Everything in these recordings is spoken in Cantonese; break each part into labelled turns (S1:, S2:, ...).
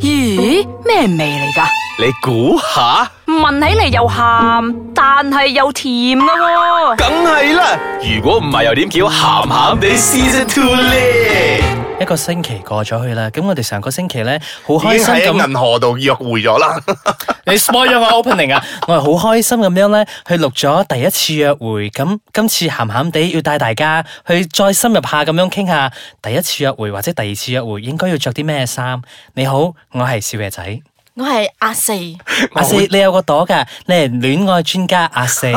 S1: 咦，咩味嚟噶？
S2: 你估下，
S1: 聞起嚟又鹹，但係又甜噶喎、
S2: 梗係啦。如果唔係，又點叫鹹鹹地 Season Two 咧？
S3: 一個星期過咗去啦，咁我哋上個星期咧好開
S4: 已經
S3: 心
S4: 喺
S3: 咁，
S4: 銀河度約會咗 啦。
S3: 你 spoil 咗我 opening 啊！ 我係好開心咁樣咧，去錄咗第一次約會，咁今次鹹鹹地要帶大家去再深入下咁樣傾下第一次約會或者第二次約會應該要着啲咩衫。你好，我係少爺仔，
S5: 我係阿 四，
S3: 阿四，你有個朵㗎，你係戀愛專家阿 四。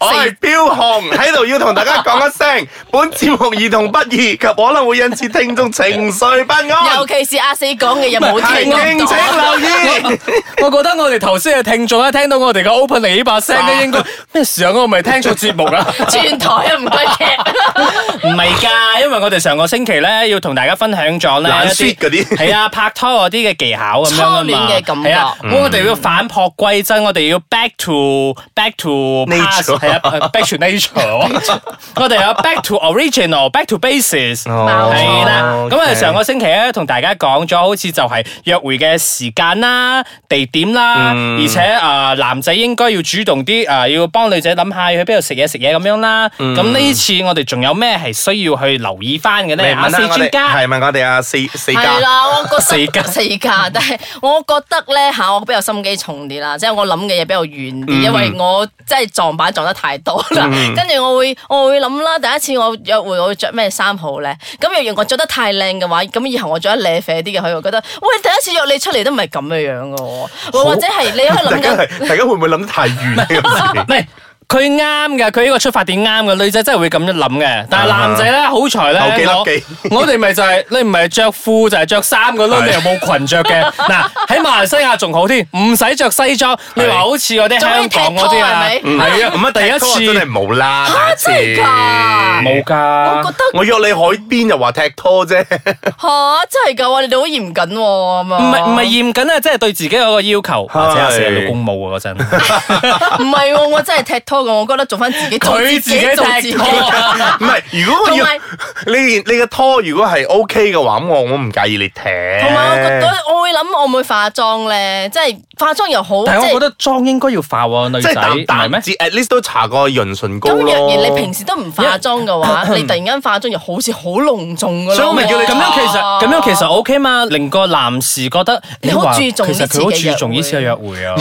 S4: 我係標紅喺度要同大家講一聲，本節目兒童不宜及可能會引致聽眾情緒不安
S5: 尤，其是阿四講嘅嘢冇
S4: 係
S5: 聽
S4: 敬請留 意。
S3: 我覺得我哋頭先嘅聽眾啊咧，聽到我哋嘅 opening 呢把聲咧，應 該咩時候我咪聽錯節目 啊？
S5: 全台啊唔該劇，
S3: 唔係㗎，因為我哋上個星期咧要同大家分享咗咧
S4: 懶
S3: 一
S4: sweet 嗰啲
S3: 係啊拍拖嗰啲嘅技巧咁樣啊嘛，
S5: 初戀嘅感覺
S3: 係啊，咁我哋要反璞歸真，我哋要 back to back to past，
S4: Nature
S3: 係啊 呃，back to nature，我哋有 back to original，back to basis。係
S4: 哦
S3: 啦，咁啊上個星期咧同大家講咗，好似就係約會嘅時間啦、地點啦，
S4: 嗯
S3: 而且啊、呃男仔應該要主動啲啊、呃要幫女仔諗下去邊度食嘢食嘢咁樣啦。
S4: 嗯
S3: 咁呢、次我哋仲有咩係需要去留意翻嘅咧？
S4: 嚟
S3: 阿
S4: 問
S3: 四
S4: 下我
S3: 專
S4: 哋，
S3: 家
S4: 係問我哋啊四四家
S5: 係。啦，我覺得
S3: 四格
S5: 四家，但係我覺得咧嚇，我比較心機重啲啦，即係我諗嘅嘢比較遠
S3: 嗯
S5: 啲，因為我真係撞板撞得太多啦。跟住我會我會諗啦，第一次我約會我會着咩衫好咧？咁若然我着得太靚嘅話，咁以後我着得瀨啡啲嘅，佢會覺得喂第一次約你出嚟都唔係咁嘅樣嘅喎，或或者係你可以
S4: 大
S5: 諗
S4: 家
S5: 緊。
S4: 係大家會唔會諗得太遠呢咁
S3: 唔係。佢啱噶，佢呢個出發點啱嘅，女仔真係會咁樣諗嘅。但係男仔咧，好彩
S4: 後啊幾
S3: 咧，
S4: 粒
S3: 我
S4: 幾
S3: 我哋咪就係你唔係着褲就係着衫嘅咯，
S4: 係
S3: 你又冇裙 着嘅。嗱喺馬來西亞仲好添，唔使着西裝。你話好似嗰啲
S5: 仲可以
S3: 香港嗰啲啊，
S5: 踢拖係咪
S3: 係啊，咁啊第一
S4: 真係
S3: 次
S4: 冇啦，
S5: 啊真係㗎
S3: 冇
S5: 我啊
S3: 㗎
S5: 覺。得
S4: 我約你海邊又話踢拖 啫，
S5: 吓、真係噶喎，你哋好嚴謹喎咁
S3: 唔
S5: 啊！
S3: 係唔係嚴謹啊，即係對自己有個要求，
S4: 係
S3: 或者有時係公務啊嗰陣，
S5: 唔係喎，我真係踢拖噶，我覺得做翻自己，做
S3: 佢自己
S5: 做自
S3: 踢
S5: 己
S3: 拖啊。
S4: 唔係如果我
S5: 同
S4: 要
S5: 埋
S4: 你你嘅拖如果係 OK 嘅話，咁我我唔介意你踢。
S5: 同埋我覺得我會諗，我會唔會化妝咧？即係化妝又好，
S3: 但係我覺
S5: 得
S3: 得妝應該要化喎，女
S4: 即係
S3: 仔唔係
S4: 淡
S3: 咩
S4: 淡？至 at least 都搽個潤唇膏
S5: 咁
S4: 咯。
S5: 若然你平時都唔化妝嘅話，你突然間化妝又好似好隆重噶咯。
S3: 所以我咪叫你咁樣，其實
S5: 哇
S3: 咁樣其實 O K 嘛，令個男士覺得
S5: 啊你好
S3: 哇
S5: 注重
S3: 其實
S5: 呢次
S3: 佢好
S5: 嘅
S3: 注重呢
S5: 約
S3: 次嘅約會啊。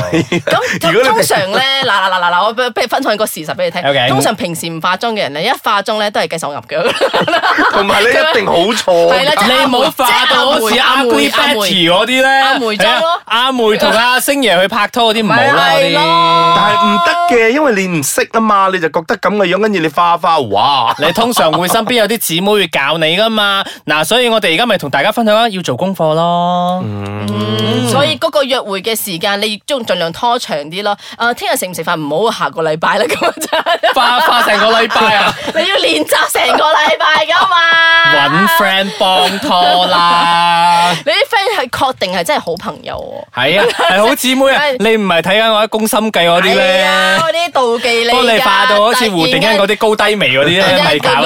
S5: 咁
S4: 如果你
S5: 通常咧， 嗱嗱嗱嗱嗱，我不不如分享個事實俾你聽。
S3: OK
S5: 通常平時唔化妝嘅人咧，一化妝咧都係計手鴨腳。
S4: 同埋你一定好
S5: 係啦
S4: 錯。
S5: 即係
S3: 你冇化到好似阿
S5: 阿
S3: Ugly
S5: 梅阿梅
S3: Betty 嗰啲咧，
S5: 阿梅裝
S3: 係
S5: 咯
S3: 啊阿梅同阿星爺去拍拖嗰啲唔好啦 嗰
S5: 咪係
S3: 啲。
S5: 咯
S4: 但係唔得嘅，因為你唔識啊嘛，你就覺得咁嘅樣，跟住你花花 哇。
S3: 你通常會身邊有啲姊妹會教你噶嘛，嗱，所以我哋而家咪同大家分享啦，啊要做功課咯。
S5: 所以嗰個約會嘅時間，你盡盡量拖長啲咯。誒、聽日食唔食飯唔好下個禮拜啦，咁啊 真
S3: 花花成個禮拜啊，
S5: 係，你要練習成個禮拜噶嘛。
S3: 揾 friend 幫拖啦。
S5: 你啲 friend 係確定係真係好朋友
S3: 係啊，係好姊妹啊！你唔係睇緊我啲攻心計嗰
S5: 喎。
S3: 啲
S5: 係啊
S3: 咧，，
S5: 我啲妒忌你㗎。
S3: 幫你化到好似胡定欣嗰
S5: 啲，
S3: 啲高低眉嗰啲咧，咪
S5: 一
S3: 搞嗰
S5: 咁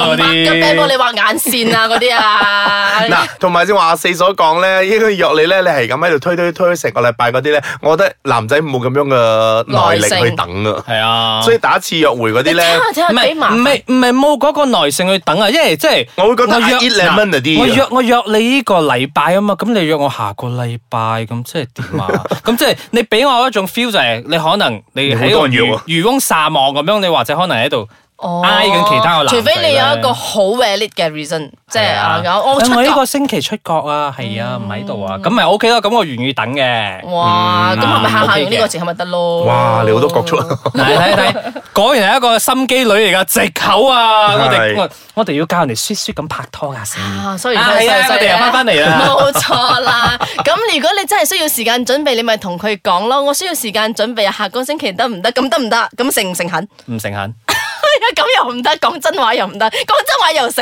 S5: 幫你
S3: 啲。
S5: 畫眼線啊嗰 啲啊。
S4: 嗱，同埋先話阿四所講咧， 應該約你咧，你係咁喺度推推推成個禮拜嗰啲咧，我覺得男仔冇咁樣嘅耐力去等啊。
S3: 係啊，
S4: 所以第一次約會嗰啲
S5: 你
S4: 咧，
S5: 睇下
S3: 唔
S5: 睇下
S3: 係
S5: 幾麻
S3: 唔
S5: 煩。
S3: 係唔係冇嗰個耐性去等啊，因為即係
S4: 我會覺得
S3: 約
S4: I eat lemon 嗰啲
S3: 我約我約你呢個禮拜啊嘛，咁你約我下個禮拜，咁即係點啊？咁即係你俾我一種 feel 就係你可能你
S4: 好
S3: 喺
S4: 多
S3: 個
S4: 人要
S3: 漁
S4: 啊
S3: 漁翁撒網咁樣，你或者可能喺度
S5: 哦
S3: 挨緊其他個男仔
S5: 除
S3: 呢
S5: 非你有一個好 valid 嘅 reason，即係啊，我
S3: 誒
S5: 出
S3: 我呢
S5: 國嗯
S3: 個星期出國啊，係啊，唔喺度啊，咁咪 OK 咯，咁我願意等嘅。
S5: 哇，咁係咪下下用
S3: 嗯 OK
S5: 呢
S3: 嘅
S5: 個詞係咪得咯？
S4: 哇，你好多國速啊！
S3: 睇睇睇，果然係一個心機女嚟噶，藉口啊！我哋
S4: 係
S3: 我我哋要教人哋舒舒咁拍拖噶先。
S5: 啊，所以
S3: 啊係啊我哋又返返嚟啦
S5: 冇錯啦。咁如果你真係需要時間準備，你咪同佢講咯。我需要時間準備啊，下個星期得唔得？咁得唔得？咁誠唔誠懇？
S3: 唔誠懇，
S5: 咁又唔得，講真話又唔得，講真話又死。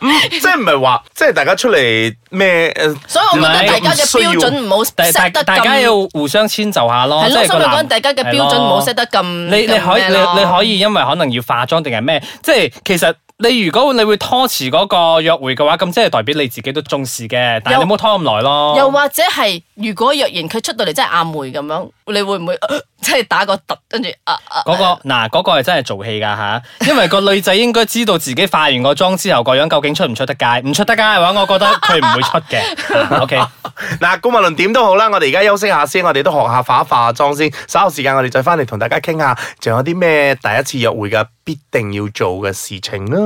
S3: 嗯
S4: 即係唔係話，即係大家出嚟咩？呃誒
S5: 所以我覺
S3: 唔係
S5: 得大家嘅標準唔好
S3: 但
S5: set
S3: 大
S5: 得咁。
S3: 大家要互相遷就下咯。
S5: 係
S3: 即
S5: 咯，
S3: 係個
S5: 所以我
S3: 男
S5: 講大家嘅標準唔好 set。得咁。
S3: 係咯你你
S5: 咁
S3: 可以
S5: 咩咯
S3: 你你可以因為可能要化妝定係咩，即係其實。你如果你會拖遲嗰個約會嘅話，咁即係代表你自己都重視嘅，但係
S5: 又
S3: 你唔好拖咁耐咯。
S5: 又或者係，如果若然佢出到嚟真係阿梅咁樣，你會唔會呃即係打個突，跟住啊啊？
S3: 嗰、個嗱，嗰、個係真係做戲㗎 吓，因為個女仔應該知道自己化完個妝之後個樣究竟出唔出得街，唔出得街嘅話，我覺得佢唔會出 嘅。OK，啊
S4: 嗱，顧問論點都好啦，我哋而家休息下先，我哋都學下化一化妝先。稍後時間我哋再翻嚟同大家傾下，仲有啲咩第一次約會嘅必定要做嘅事情啦。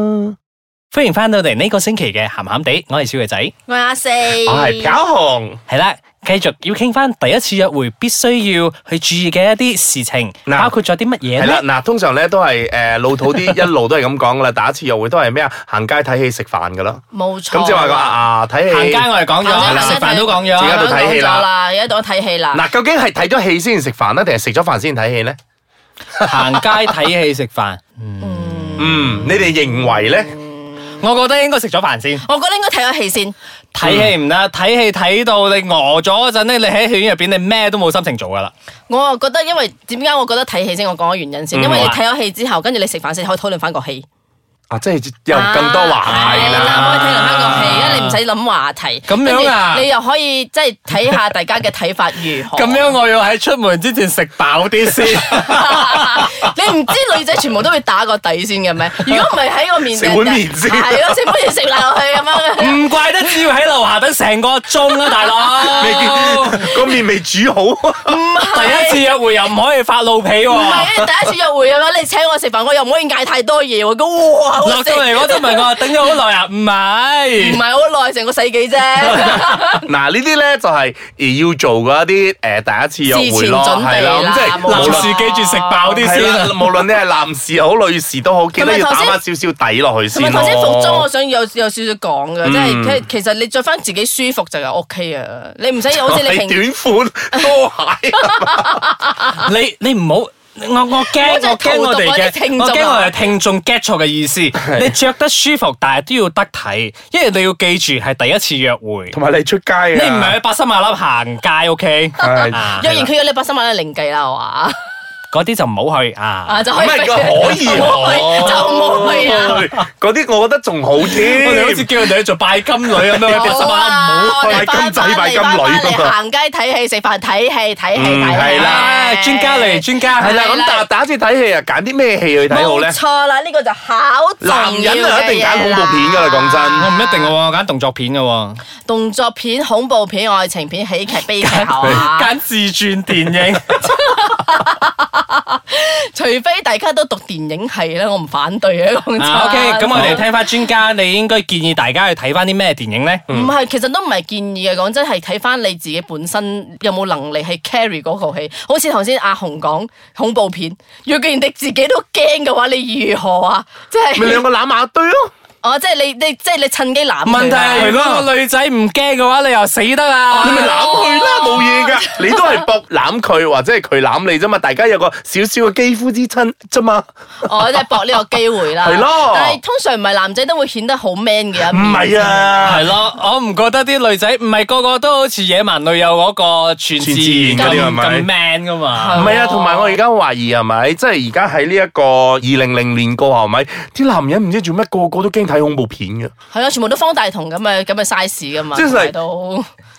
S3: 歡迎翻到嚟呢個星期嘅鹹鹹地，我係小月仔，
S5: 我係阿四，
S4: 我啊係飄紅。
S3: 係啦，繼續要傾翻第一次約會必須要去注意嘅一啲事情，
S4: 嗱
S3: 包括咗啲乜嘢
S4: 係
S3: 咧
S4: 啦，？嗱，通常咧都係誒、呃老土啲，一路都係咁講 噶啦。第一次約會都係咩啊？行街睇戲食飯噶啦。
S5: 冇錯。
S4: 咁即係話個啊睇戲。
S3: 行街我哋講
S5: 行
S3: 咗，
S5: 街
S3: 食飯都講
S4: 自己喺
S3: 咗
S4: 度。睇戲啦
S5: 講咗啦，而家到睇戲啦。
S4: 嗱，究竟係睇咗戲先食飯咧，定係食咗飯先睇戲咧？
S3: 行街睇戲食飯，
S4: 嗯，你哋認為咧？
S3: 我覺得應該食咗飯先。
S5: 我覺得應該睇咗戲先，
S3: 睇戲唔得，睇戲睇到你餓咗嗰陣咧，你喺戲院入邊你咩都冇心情做噶啦。
S5: 我啊覺得因為點解我覺得睇戲先，我講咗原因
S4: 嗯
S5: 先，因為
S3: 好
S5: 你
S3: 啊
S5: 睇咗戲之後，跟住你食飯先可以討論翻個戲。
S4: 啊，即係又更多話題
S5: 係
S4: 啦。
S5: 可以討論翻個戲，因為你唔使諗話題。
S3: 咁樣啊
S5: 跟住你又可以即係睇下大家嘅睇法如何。
S3: 咁樣我要喺出門之前食飽啲 先。
S4: 啊
S5: 你唔知女仔全部都會打個底先嘅咩？如果唔係喺我面前
S4: 食碗麵先
S5: 係咯，食碗麵食落去咁樣。
S3: 唔怪得只要喺樓下等成個鐘啊，大 佬！
S4: 個面未煮好，
S3: 第一次約會又唔可以發露皮
S5: 唔
S3: 喎。
S5: 係，第一次約會咁啊樣，你請我食飯，我又唔可以嗌太多嘢喎。咁哇，
S3: 落
S5: 我食
S3: 到嚟嗰陣 問我等咗好耐啊，唔
S5: 唔
S3: 係。
S5: 係好耐，成個世 紀啫。
S4: 嗱呢啲咧就係要做嘅一啲誒第一次約會咯，
S5: 事前準備啦
S4: 係啦，咁即係
S5: 冇
S4: 無
S3: 男
S5: 錯
S3: 士
S4: 論
S3: 記住食飽啲
S4: 係
S3: 先
S4: 啦
S3: 啊。，
S4: 無論你係男士又好女士都好，記
S5: 同
S4: 得
S5: 埋
S4: 要
S5: 頭
S4: 打
S5: 先
S4: 翻少少底落去
S5: 同
S4: 先
S5: 埋
S4: 咯。
S5: 頭先服裝，我想有有少少講
S4: 嗯
S5: 嘅，即係其實你着翻自己舒服就係 O K 啊，你唔使 好似你
S4: 係
S5: 平
S4: 短褲拖鞋。
S3: 你你唔好，我我驚
S5: 我真係
S3: 我驚我哋
S5: 荼毒
S3: 嘅，
S5: 我啲聽眾啊
S3: 我驚我哋聽眾 get 錯嘅意思。你着得舒服，但係都要得體，因為你要記住係第一次約會，
S4: 同埋你出街啊，
S3: 你唔係去八三馬粒行街，OK？
S4: 係
S3: 啊
S5: 若然佢有你八十萬嘅零計啦，係嘛？
S3: 嗰啲就唔好去啊！
S5: 啊就可以
S4: 唔係佢可以啊
S5: 就唔好去 啊！
S4: 嗰啲我覺得仲好
S3: 我哋好
S4: 添
S3: 似。叫人哋去做拜金女咁樣，八三馬粒唔好。
S5: 我
S4: 去
S5: 哋翻返嚟
S4: 拜金仔拜金女
S5: 翻返嚟
S4: 咁啊
S5: 行街睇戲食飯睇戲睇戲
S4: 嗯
S5: 睇戲，
S4: 係
S3: 啦，專家嚟，專家
S4: 係啦，
S5: 係啦
S4: 咁但係第一次睇戲啊，揀啲咩戲去睇好咧
S5: 冇？錯啦，呢個就考
S4: 男人啊，一定揀恐怖片㗎啦，講真。
S3: 我唔一定嘅喎，我揀動作片嘅喎，
S5: 動作片、恐怖片、愛情片、喜劇、 悲劇係嘛
S3: 揀自傳 電影。
S5: 除非大家都讀電影系啦，我唔反對啊，講真。
S3: 啊，OK，咁我哋聽翻專家，你應該建議大家去睇翻啲咩電影
S4: 嗯
S3: 咧？
S5: 唔係，其實都唔係建議嘅。講真，係睇翻你自己本身有冇能力去 carry 嗰套戲。好似頭先阿紅講恐怖片，若然你自己都驚嘅話，你如何啊？即
S4: 咪兩
S5: 係
S4: 個攬埋一堆咯。
S5: 哦，即係你你即係你趁機攬佢啊
S3: 問題係如果個女仔唔驚嘅話，你又死得啦。
S5: 哎
S4: 你咪攬佢啦，冇嘢 噶，你都係搏攬佢或者係佢攬你啫嘛，大家有個少少嘅肌膚之親啫嘛，
S5: 哦，即係搏呢個機會啦。
S4: 係咯
S5: 但係通常唔係男仔都會顯得好 man 嘅一
S4: 唔
S5: 面。
S4: 係啊
S3: 係，咯，我唔覺得啲女仔唔係個個都好似野蠻女友嗰個全自
S4: 全自然嗰啲係
S3: 然咁
S4: 咪
S3: 咁 man 噶嘛
S5: 係。
S4: 唔係啊，同埋我而家懷疑係咪，即係而家喺呢一個二零零年過後，係咪啲男人唔知做咩個個都驚睇恐怖片嘅，
S5: 係啊，全部都方大同咁嘅咁嘅 size 噶嘛，
S4: 即係
S5: 大到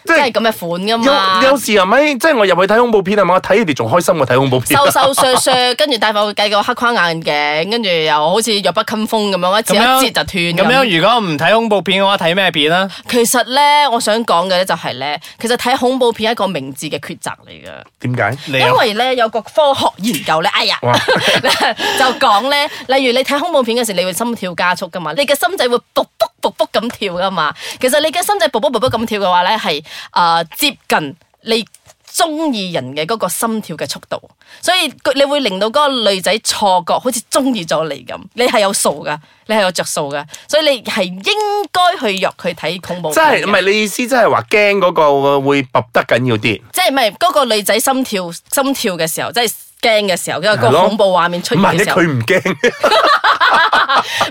S4: 即
S5: 即
S4: 係
S5: 係咁嘅款噶嘛。
S4: 有有時係咪，即係我入去睇恐怖片係咪，我睇你哋仲開心過睇恐怖片，啊
S5: 瘦瘦削削，跟住戴副計個黑框眼鏡，跟住又好似弱不禁風咁樣，一折
S3: 咁樣
S5: 一折就
S3: 咁
S5: 斷
S3: 樣如果唔睇恐怖片嘅話，睇咩片啊？
S5: 其實咧，我想講嘅咧就係咧，其實睇恐怖片係一個明智嘅抉擇嚟嘅。
S4: 點解？
S3: 你
S5: 因
S3: 啊
S5: 為咧有個科學研究咧，哎呀，
S4: 哇
S5: 就講咧，例如你睇恐怖片嘅時，你會心跳加速噶嘛，你嘅心仔會卜卜卜卜咁跳噶嘛。其實你嘅心仔卜卜卜卜咁跳嘅話咧，係啊接近你。中意人嘅嗰個心跳嘅速度，所以佢你會令到嗰個女仔錯覺，好似中意咗你咁，你係有數噶，你係有着數噶，所以你係應該去約佢睇恐怖
S4: 即
S5: 片嘅。
S4: 係唔係你意思，即係話驚嗰個會揼得緊要啲，
S5: 即係咪嗰個女仔心跳心跳嘅時候，即係驚嘅時候，因為
S4: 係
S5: 嗰
S4: 咯
S5: 個恐怖畫面出現
S4: 萬一
S5: 嘅時候
S4: 佢，唔驚，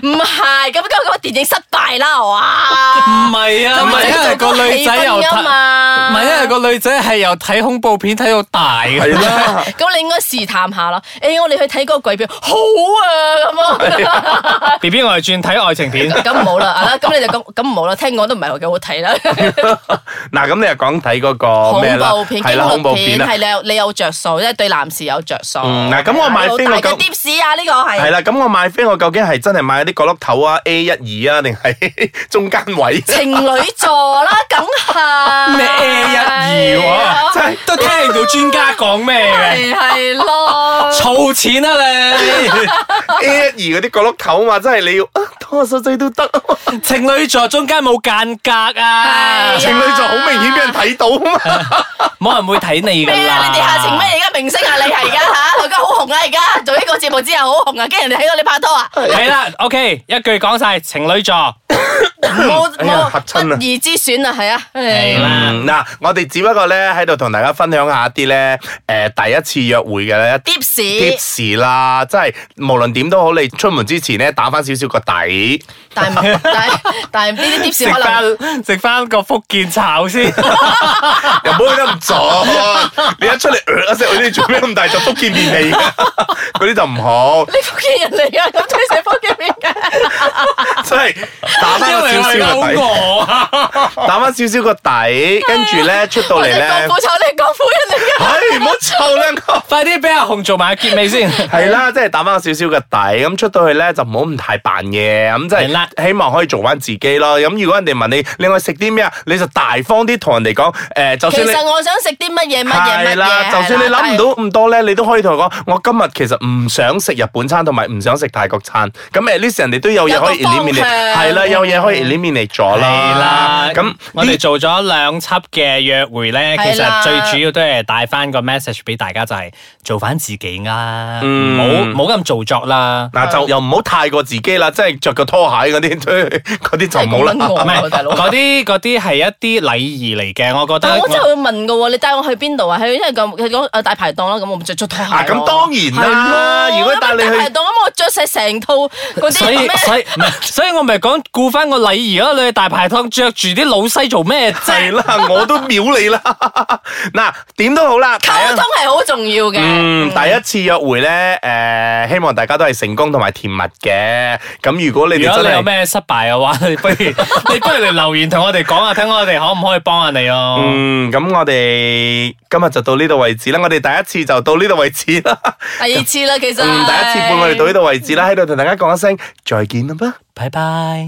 S5: 唔係咁咁咁，電影失敗啦，哇！
S3: 唔係啊，
S5: 咁
S3: 唔係
S5: 就
S3: 因為個女仔又
S5: 做嗰個氣氛㗎
S3: 睇。
S5: 嘛，嘛。
S3: 唔係因為個女仔係由睇恐怖片睇到大嘅。
S4: 係啦，
S5: 咁你應該試探下咯。誒、我哋去睇嗰個鬼片，好啊咁啊，
S3: B B，我哋轉睇愛情 片。
S5: 咁唔好啦，啊咁你就咁咁唔好啦。聽講都唔係幾好睇啦，
S4: 嗱咁你又講睇嗰個
S5: 恐
S4: 咩啦？
S5: 怖片、
S4: 係啦，恐
S5: 驚
S4: 怖
S5: 悚
S4: 片啊啦。
S5: 片係你有你有着數，即係對男士有着數。
S4: 嗯嗱咁我買飛我
S5: 好大
S4: 咁
S5: 嘅 tips 啊，呢個
S4: 係
S5: 係。
S4: 啦，咁我買飛我究竟係真係買啲角落頭啊 A 一二啊，定係 中間位？
S5: 情侶座啦，梗係
S3: 咩 A 一二喎
S4: 真係
S3: 都聽唔到專家講咩嘅，
S5: 係係咯，
S3: 儲錢啊
S4: A 一二嗰啲角落頭嘛，真係你要啊，拖手仔都得啊嘛，
S3: 你！情侶座中間冇間隔啊
S5: 係，
S4: 情侶就好明顯俾人睇到啊嘛。
S3: 冇人會睇你㗎
S5: 咩啊？
S3: 啦。
S5: 你地下情咩？而家明星啊，你係而家吓，我而家好紅啊！而家做呢個節目之後好紅啊，跟住人哋睇到你拍拖啊，
S3: 係啦，OK，一句講晒，情侶座。
S4: 哎呀嚇
S5: 冇冇
S4: 親啊
S5: 不義之選啊，係啊，
S3: 係啦
S4: 嗯，嗱，我哋只不過咧喺度同大家分享下一啲咧，誒第一次約會嘅咧。
S5: ，tips，
S4: tips 啦，即係無論點都好，你出門之前咧打翻少少個底，
S5: 但係 但係但係呢啲 tips 可能
S3: 翻食翻個福建炒先，
S4: 又唔好去得咁 準。你一出嚟呃一聲，我哋做咩咁大陣福建面味嘅？嗰啲就唔好，
S5: 你福建人嚟啊，咁中意食福建面嘅，
S4: 即係打翻
S3: 因
S4: 個
S3: 為
S4: 少
S3: 我而家
S4: 少
S3: 好
S4: 個底，
S3: 餓啊。
S4: 打翻少少個底，跟住咧出到
S5: 我
S4: 嚟
S5: 哋
S4: 咧
S5: 廣，府炒你廣府人嚟
S4: 唉唔好臭啦我。
S3: 快啲俾阿紅做埋結尾先。
S4: 係啦，即係打翻少少嘅底，咁出到去咧就唔好咁太扮嘢，咁即
S3: 係啦
S4: 係希望可以做翻自己咯。咁如果人哋問你，你愛食啲咩啊？你就大方啲同人哋講，誒、就
S5: 嘅，其
S4: 算你
S5: 實我想食啲乜嘢乜嘢乜
S4: 係啦，
S5: 嘢，
S4: 就算你諗唔到咁多咧，你都可以同佢講，我今日其實唔想食日本餐，同埋唔想食泰國餐。咁 at least 人哋都有嘢可以
S5: 有個方向
S4: eliminate，係啦，有嘢可以 eliminate 咗啦。咁
S3: 咁我
S4: 呢
S3: 哋做咗兩輯嘅約會咧，其
S5: 係啦
S3: 實最主要都係帶翻個 message 俾大家，就係做翻自己啦，
S4: 嗯
S3: 唔好唔好咁做作啦。
S4: 嗱就又唔好太過自己啦，即係着個拖鞋嗰啲， 嗰啲就冇
S5: 真係講緊
S4: 啦。啊
S5: 我
S3: 唔係
S5: 喎大佬。
S3: 嗰啲嗰啲係一啲禮儀嚟嘅，我覺
S5: 但
S3: 得
S5: 我真係會問噶喎，你帶我去邊度啊？係因為咁佢講誒大排檔啦，咁我咪着咗拖鞋咯。
S4: 啊咁當然啦
S5: 係咯
S4: 如果帶你去
S5: 大排檔咁，我着晒成套嗰啲
S3: 所以
S5: 咩？
S3: 所以唔係所以我咪講顧翻個禮儀咯。你去大排檔着住啲老西做咩
S4: 係
S3: 啫？
S4: 啦，我都秒你啦。 嗱，點都好啦，第
S5: 溝
S4: 一
S5: 通係好重要嘅。
S4: 啊嗯，第一次約會咧，誒、希望大家都係成功同埋甜蜜嘅。咁如果你
S3: 如
S4: 哋
S3: 果
S4: 真
S3: 你有
S4: 係，
S3: 咩失敗嘅話，你不如你不如 嚟留言同我哋講下，睇我哋可唔可以幫下你哦。
S4: 嗯，咁我哋今日就到呢度為止啦。我哋第一次就到呢度為止啦。
S5: 第
S4: 嗯
S5: 二次啦，其實
S4: 嗯，第一次伴我哋到呢度為止啦，喺度同大家講一聲再見啦噃。
S3: 拜拜。